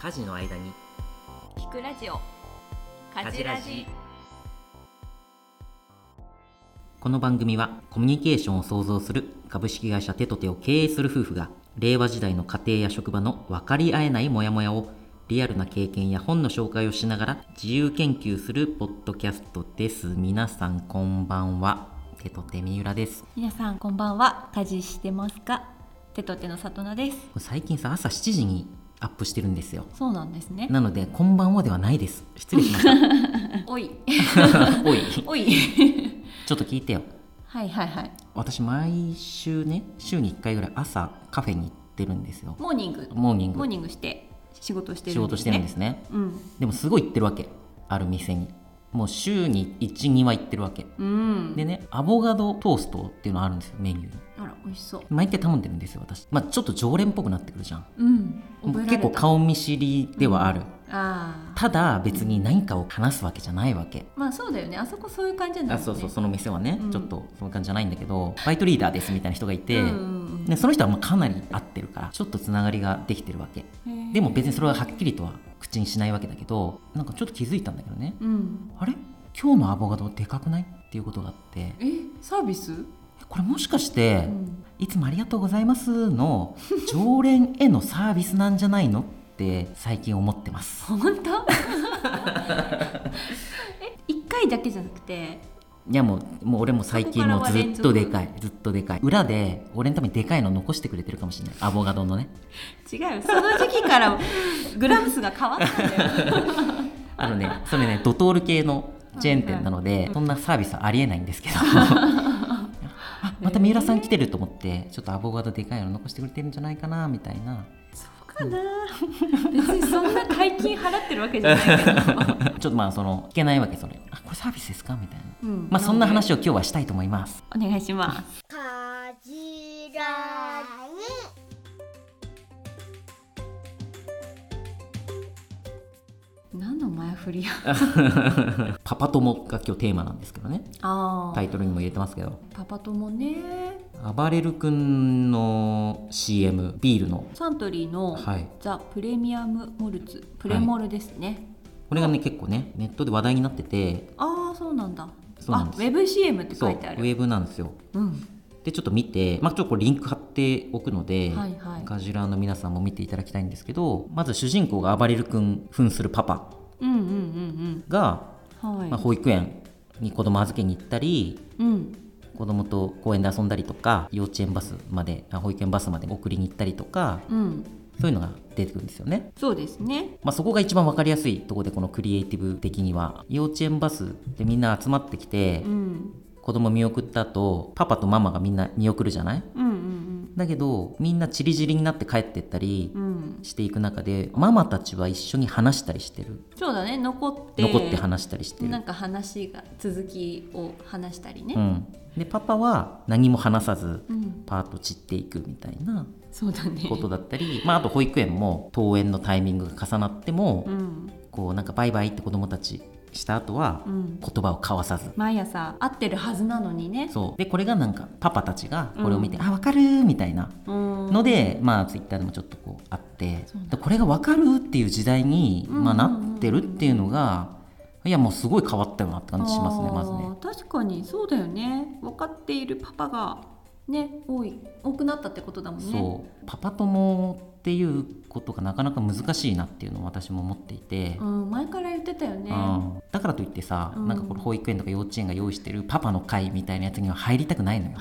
家事の間に聞くラジオ家家事事ララジジこの番組はコミュニケーションを創造する株式会社テトテを経営する夫婦が令和時代の家庭や職場の分かり合えないモヤモヤをリアルな経験や本の紹介をしながら自由研究するポッドキャストです皆さんこんばんはテトテ三浦です皆さんこんばんは家事してますか手と手の里奈ですこれ最近さ朝7時にアップしてるんですよそうなんですねなのでこんばんはではないです失礼しましおいた おい お いちょっと聞いてよはいはいはい私毎週ね週に1回ぐらい朝カフェに行ってるんですよモーニングモーニングモーニングして仕事して仕るん事でしすてるんでねすねうんでもすごい行ってるわけある店にもう週に12は行ってるわけうんでねアボガドトーストっていうのあるんですよメニューにあら美味しそう毎回頼んでるんですよ私まあちょっと常連っぽくなってくるじゃんうん覚えられ結た構顔見知りではある、ああただ別に何かを話すわけじゃないわけ、まあそうだよねあそこそういう感じじゃないあもんねそうそうその店はね、うんちょっとその感じじゃないんだけどバイトリーダーですみたいな人がいて、うんうんでその人はまあかなり合ってるからちょっとつながりができてるわけうんでも別にそれははっきりとは口にしないわけだけどなんかちょっと気づいたんだけどねうんあれ今日のアボカドでかくないっていうことがあってえサービスこれもしかして、うんいつもありがとうございますの常連へのサービスなんじゃないのって最近思ってます本当 え一回だけじゃなくていやもうもう俺も最近もうそこからはず連っ続とでかいずっとでかい裏で俺のためにでかいの残してくれてるかもしれないアボカドのね違うよその時期からグラム数が変わったんだよあのね、それね、ドトール系のチェーン店なので、そんなサービスはありえないん ですけど。あまた三浦さん来てると思って、ちょっとアボカドでかいの残してくれてるんじゃないかなみたい な。そうかな別にそんな解禁払ってるわけじゃない ちけど、ょっとまあ、その、聞けないわけ、それ。あ、これサービスですかみたいな。うんまあ、そんな話を今日はしたいと思います。お願いしますかじらに何の前振りやパパ友が今日テーマなんですけどね。あータイトルにも入れてますけど。パパ友ね暴れる君の CM、ビールの。サントリーの、はい。ザ・プレミアム・モルツプレモルですね、これがね、結構ね、ネットで話題になってて、ああそうなんだそうなんですあウェブ CM ってそ書う、ウいてあるェブなんですよ。うんでちょっと見て、まあ、ちょっとこれリンク貼っておくので、はいはいガジュラーの皆さんも見ていただきたいんですけどまず主人公が暴れる君扮するパパうんうんうんが、うんはい、まあ、保育園に子供預けに行ったりうん子供と公園で遊んだりとか幼稚園バスまであ保育園バスまで送りに行ったりとかうんそういうのが出てくるんですよね。そうですねまあ、そこが一番分かりやすいところでこのクリエイティブ的には幼稚園バスでみんな集まってきてうん子供見送った後パパとママがみんな見送るじゃないうんうんだけどみんなチリジリになって帰ってったりうんうんしていく中でママたちは一緒に話したりしてるそうだね残って残って話したりしてるなんか話が続きを話したりねう、ん、でパパは何も話さずうんパーッと散っていくみたいなそうだねことだったり、まあ、あと保育園も登園のタイミングが重なっても、うんこうなんかバイバイって子供たちした後はうん言葉を交わさず。毎朝会ってるはずなのにねそうでこれがなんかパパたちがこれを見て「あ分かる」みたいなうんので、まあツイッターでもちょっとこうあってそうなんでこれが分かるっていう時代に、うんうんうんまあ、なってるっていうのがいやもうすごい変わったよなって感じしますねあーまずね。確かにそうだよね分かっているパパがね多い多くなったってことだもんねそうパパ友っていうことがなかなか難しいなっていうのを私も思っていて、ん、前から言ってたよねうんだからといってさ、うんなんかこれ保育園とか幼稚園が用意してるパパの会みたいなやつには入りたくない のよ。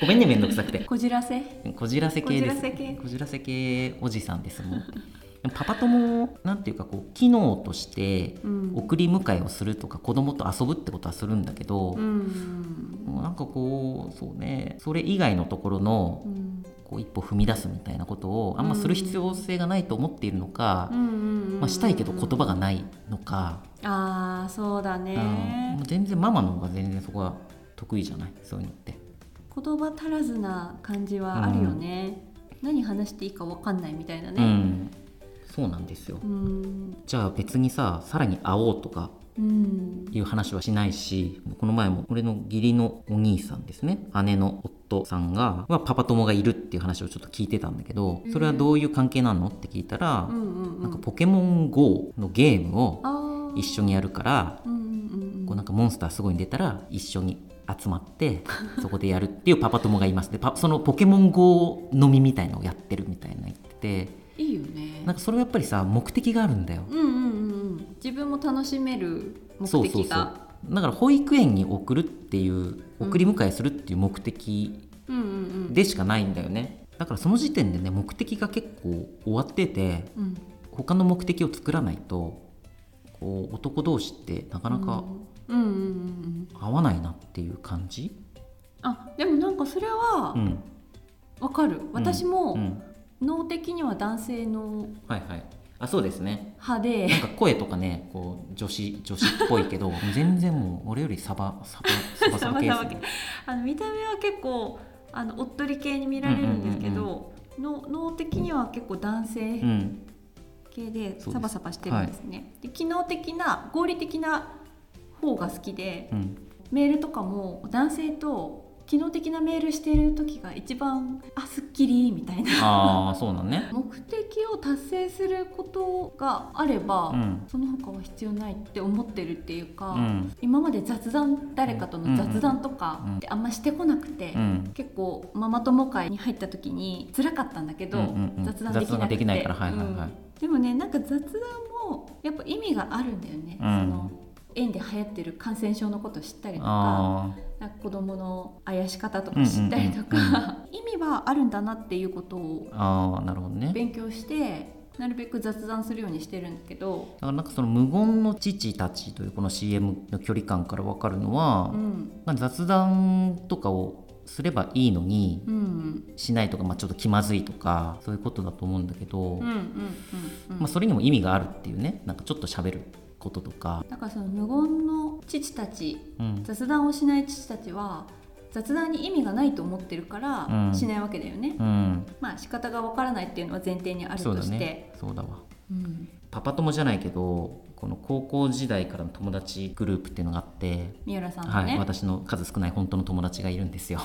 ごめんね面倒くさくてこじらせこじらせ系ですこじらせ系こじらせ系おじさんですもう でもパパ友なんていうかこう機能としてうん送り迎えをするとか子供と遊ぶってことはするんだけど、うんもうなんかこうそうねそれ以外のところのうんこう一歩踏み出すみたいなことをあんまする必要性がないと思っているのかうんう、んうんまあ、したいけど言葉がないのか、ああそうだうねん、もう全然ママの方が全然そこは得意じゃないそういうのって。言葉足らずな感じはあるよね、何話していいか分かんないみたいなうねんそうなんですようんじゃあ別にささらに会おうとかうんいう話はしないしこの前も俺の義理のお兄さんですね姉の夫さんが、まあ、パパ友がいるっていう話をちょっと聞いてたんだけどそれはどういう関係なのって聞いたら、うんうんうんなんかポケモン GO のゲームをあ一緒緒にやるからうんうんこううんなんかモンスターすごいに出たら一緒に集まってそこでやるっていうパ パ友がいますでパそのポケモン GO 飲みみたいのをやってるみたいな言ってていいよねなんかそれはやっぱりさ目的があるんだよ。うんうんうんうん自分も楽しめる目的がそうそうそうだから保育園に送るっていう送り迎えするっていう目的うんうんうんでしかないんだよねだからその時点でね目的が結構終わっててうん他の目的を作らないとこう男同士ってなかなかうんうんうんうん合わないなっていう感じ、あでもなんかそれはうんわかる、私もうん、脳的には男性のはいはいあそうですね派でなんか声とかねこう女子女子っぽいけど もう全然もう俺よりサバサバサバサバ系ですねあの見た目は結構あのおっとり系に見られるんですけど、の脳的には結構男う性ん系でそうですサバサバしてるんですね。で機能的な合理的な方が好きでうんメールとかも男性と機能的なメールしてる時が一番あすっきりみたいなああそうなんね目的を達成することがあれば、うんその他は必要ないって思ってるっていうか、うん今まで雑談誰かとの雑談とかうんうんってあんましてこなくて、うん結構ママ友会に入った時に辛かったんだけど、うんうんうん雑談できなくて雑談ができないからはいはいはいうんでもねなんか雑談もやっぱ意味があるんだよね、うんその園で流行ってる感染症のこと知ったりとかあなんか子どものあやし方とか知ったりとか、うんうん意味はあるんだなっていうことをーあーなるほどね勉強してなるべく雑談するようにしてるんだけど、だからなんかその無言の父たちというこの CM の距離感から分かるのは、うんまあ、雑談とかをすればいいのにうん、うんしないとか、まあ、ちょっと気まずいとかそういうことだと思うんだけど、うんうんうんまあ、それにも意味があるっていうねなんかちょっと喋ることとか、だからその無言の父たちうん雑談をしない父たちは雑談に意味がないと思ってるから、うんしないわけだよね、うん、まあ仕方がわからないっていうのは前提にあるそうとだしてねそうだわうん、パパ友じゃないけどこの高校時代からの友達グループっていうのがあって、三浦さんのはね、い、私の数少ない本当の友達がいるんですよ。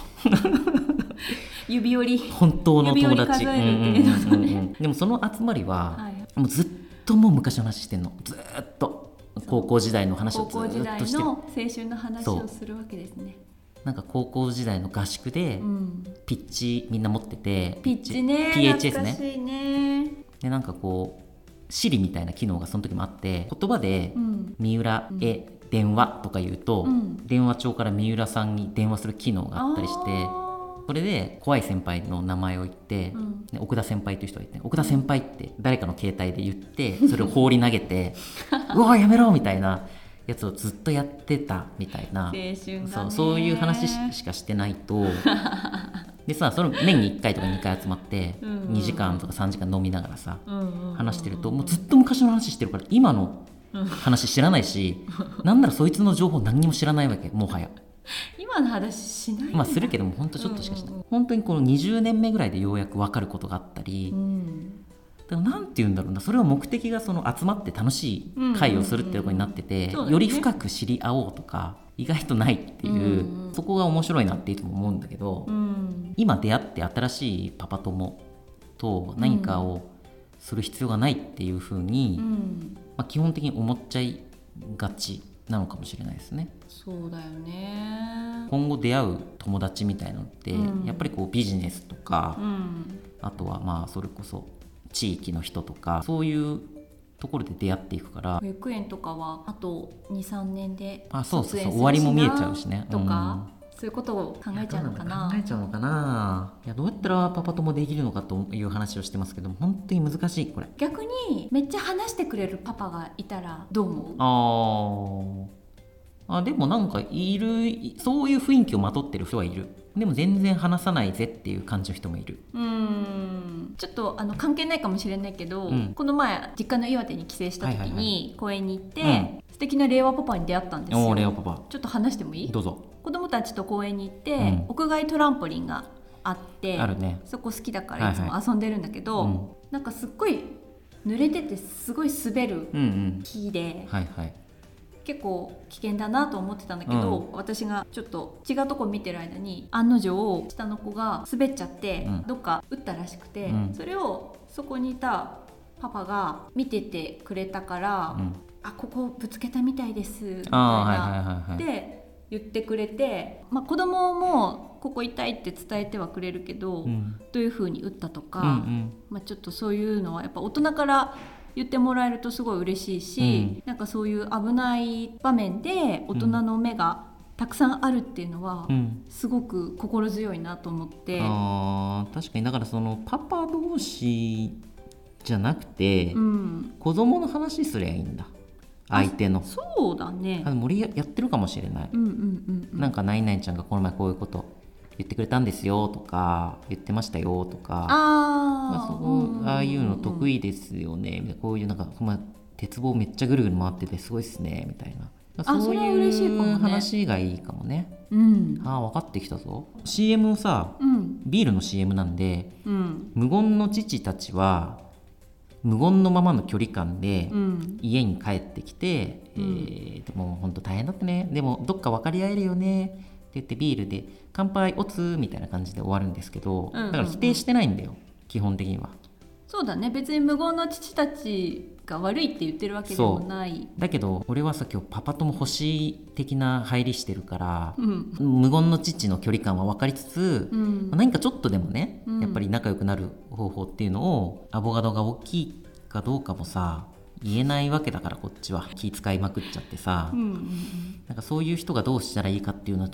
指折り本当の友達指折り数えるっていうのがねうんうんうんうんでもその集まりは、はいもうずっともう昔の話してんのずーっと高校時代の話高をず校時ーっ代としての青春の話をするわけですね、なんか高校時代の合宿でうん、ピッチみんな持っててピッチね PHS 懐かねしいね、でなんかこう Siri みたいな機能がその時もあって言葉でうん「三浦へ電話」とか言うと、うん電話帳から三浦さんに電話する機能があったりしてあそれで怖い先輩の名前を言って、うんで奥田先輩という人がいて奥田先輩って誰かの携帯で言ってそれを放り投げ て「うわやめろ!」みたいなやつをずっとやってたみたい なー青春だねそうそういう話ししかしてない とでさその年に1回とか2回集まってうんうん2時間とか3時間飲みながらさうんうんうん話してるともうずっと昔の話してるから今の話知らないしなんならそいつの情報何にも知らないわけもはや。今の話しないんだまあするけどもほんとちょっとしかしない、うん本当にこの20年目ぐらいでようやく分かることがあったり、うんでもなんて言うんだろうなそれは目的がその集まって楽しい会をするってとこになってて、うんうんうんそうだねより深く知り合おうとか意外とないっていう、うんうんそこが面白いなっていつも思うんだけど、うん今出会って新しいパパ友と何かをする必要がないっていうふうに、うんまあ、基本的に思っちゃいがちなのかもしれないですね。そうだよね今後出会う友達みたいのって、うんやっぱりこうビジネスとか、うんあとはまあそれこそ地域の人とかそういうところで出会っていくから保育園とかはあと23年であそうそうそう卒園するしな終わりも見えちゃうしねとか、そういうことを考えちゃうのかな考えちゃうのかないやどうやったらパパ友できるのかという話をしてますけど本当に難しいこれ逆にめっちゃ話してくれるパパがいたらどう思うあーあでもなんかいるいそういう雰囲気をまとってる人はいるでも全然話さないぜっていう感じの人もいるうんちょっとあの関係ないかもしれないけど、うんこの前実家の岩手に帰省したはい時はいはに公園に行って、うん素敵な令和パパに出会ったんですおおよーレオパパちょっと話してもいいどうぞ子供たちと公園に行って、ん屋外トランポリンがあってあるねそこ好きだかはらいいつもは遊んでるんだけど、うんなんかすっごい濡れててすごい滑るうんうん木で、はいはい結構危険だなと思ってたんだけど、私がちょっと違うとこ見てる間に案の定下の子が滑っちゃって、うんどっか打ったらしくて、うんそれをそこにいたパパが見ててくれたから「うんあここぶつけたみたいです」みたいなああーはいはいはいはいで言ってくれて、まあ、子供もここ痛いって伝えてはくれるけど、うんどういう風に打ったとか、うんうんまあ、ちょっとそういうのはやっぱ大人から言ってもらえるとすごい嬉しいし、うんなんかそういう危ない場面で大人の目がたくさんあるっていうのはうんすごく心強いなと思って、あー確かにだからそのパパ同士じゃなくて、うん、子供の話すりゃいいんだ相手のそうだねあ。森ややってるかもしれない、うんうんうんうんなんかナイナイちゃんがこの前こういうこと言ってくれたんですよとか言ってましたよとかまあ、あそーこああいうの得意、意ですよね、みたいなこういうなんか、まあ、鉄棒めっちゃぐるぐる回っててすごいっすねみたいな、まあそそうれはい嬉しいかもねう話がいいかもねうんああ分かってきたぞ CM をさうんビールの CM なんでうん無言の父たちは無言のままの距離感で、うん家に帰ってきて、えーでも本当大変だったねでもどっか分かり合えるよねって言ってビールで「乾杯おつ」みたいな感じで終わるんですけど、うんうんうんだから否定してないんだよ基本的には。そうだね別に無言の父たちが悪いって言ってるわけでもないだけど俺はさ今日パパ友星的な入りしてるから、うん無言の父の距離感は分かりつつ、うん何かちょっとでもね、うんやっぱり仲良くなる方法っていうのをアボカドが大きいかどうかもさ言えないわけだからこっちは気使いまくっちゃってさ、うんうんなんかそういう人がどうしたらいいかっていうのを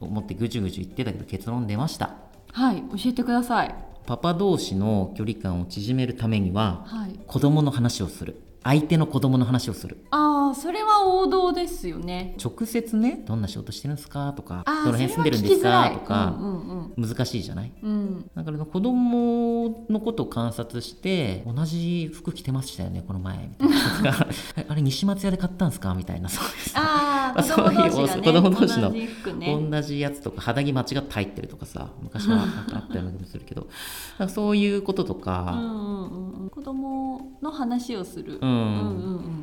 思ってぐじゅぐじゅ言ってたけど結論出ましたはい教えてくださいパパ同士の距離感を縮めるためにははい子供の話をする相手の子供の話をするああそれは王道ですよね直接ねどんな仕事してるんですかとかあーどの辺住んでるんですそれはか聞きづらいとか、うんうん難しいじゃないうんうんだから子供のことを観察して同じ服着てましたよねこの前みたいな ああれ西松屋で買ったんですかみたいなそうです あああ子供同士がそういうね子供同士の同じ服ね同じやつとか肌着間違って入ってるとかさ昔はなんかあったような気もするけどなんかそういうこととうんうか、んうん子供の話をするううんんう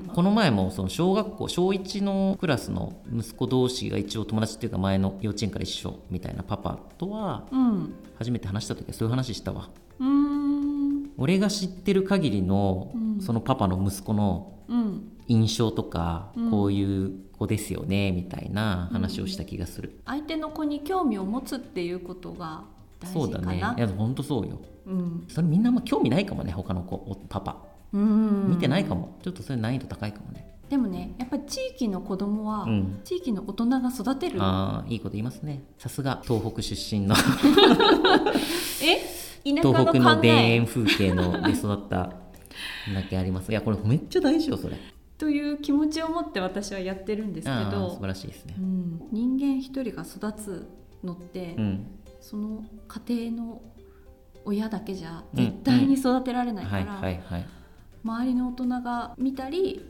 んこの前もその小学校小1のクラスの息子同士が一応友達っていうか前の幼稚園から一緒みたいなパパとはうん初めて話した時はそういう話したわうん俺が知ってる限りの、うんそのパパの息子のうんうん印象とか、うんこういう子ですよねみたいな話をした気がする、相手の子に興味を持つっていうことが大そう事だかねないやほんとそうようんそれみんなあんま興味ないかもね他の子おパパうん見てないかも、ちょっとそれ難易度高いかもねでもねやっぱり地域の子供は、うん地域の大人が育てるああいいこと言いますねさすが東北出身のえ田舎 東の北の考田え園風景ので育っただけありますいやこれめっちゃ大事よそれという気持ちを持って私はやってるんですけああ素ど晴、らしいですねうん、人間一人が育つのって、うん、その家庭の親だけじゃうん絶対に育てられないかはら、いはいはい周りの大人が見たり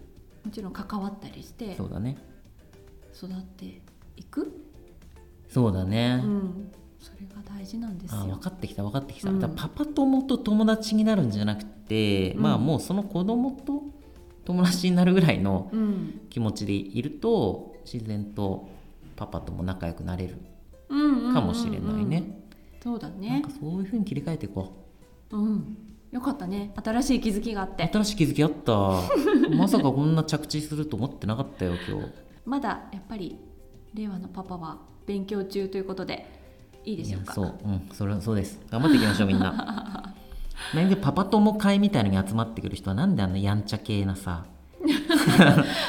もちろん関わったりしてそうだね育っていく、そうだねう、ん、それが大事なんですああよ分。かってきた分かってきた、うんだからパパ友と友達になるんじゃなくて、うんまあもうその子供と友達になるぐらいのうん気持ちでいると自然とパパとも仲良くなれるうんうんうんうんかもしれないね、そうだなんねかそういう風に切り替えていこうんよかったね新しい気づきがあっうて新しい気づきあったまさかこんな着地すると思ってなかったよ今日まだやっぱり令和のパパは勉強中ということでいいでしょうかそううんそれはそうです頑張っていきましょうみんな なんでパパ友会みたいのに集まってくる人はなんであんなやんちゃ系な さ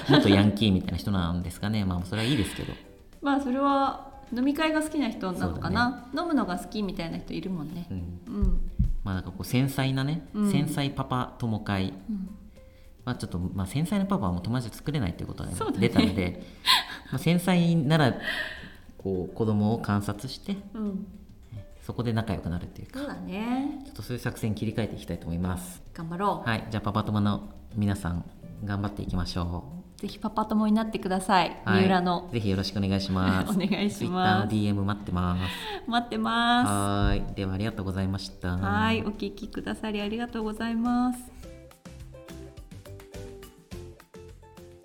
元ヤンキーみたいな人なんですかねまあそれはいいですけどまあそれは飲み会が好きな人なのかそな、飲むのが好きみたいな人いるもんねう、んうんうんまあなんかこう繊細なね、うん繊細パパ友会まあ、ちょっと、まあ、繊細なパパはもう友達作れないということが、そうだね出たので、まあ、繊細ならこう子供を観察してうんそこで仲良くなるっていうかそうだねちょっとそういう作戦に切り替えていきたいと思います頑張ろう、はいじゃあパパ友の皆さん頑張っていきましょぜひパパ友になってください、う、はい、三浦のぜひよろしくお願いします お願いします Twitter の DM 待ってます待ってまはーいではありがとうございましたすはいお聞きくださりありがとうございます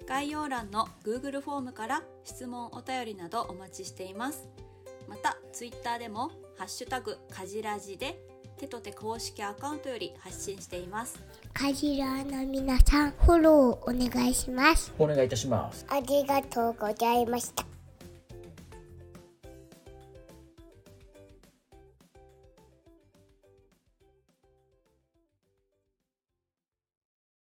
概要欄の Google フォームから質問お便りなどお待ちしていますまた Twitter でも「ハッシュタグかじらじ」で手と手公式アカウントより発信していますカジラの皆さん、フォローお願いします。お願いいたします。ありがとうございました。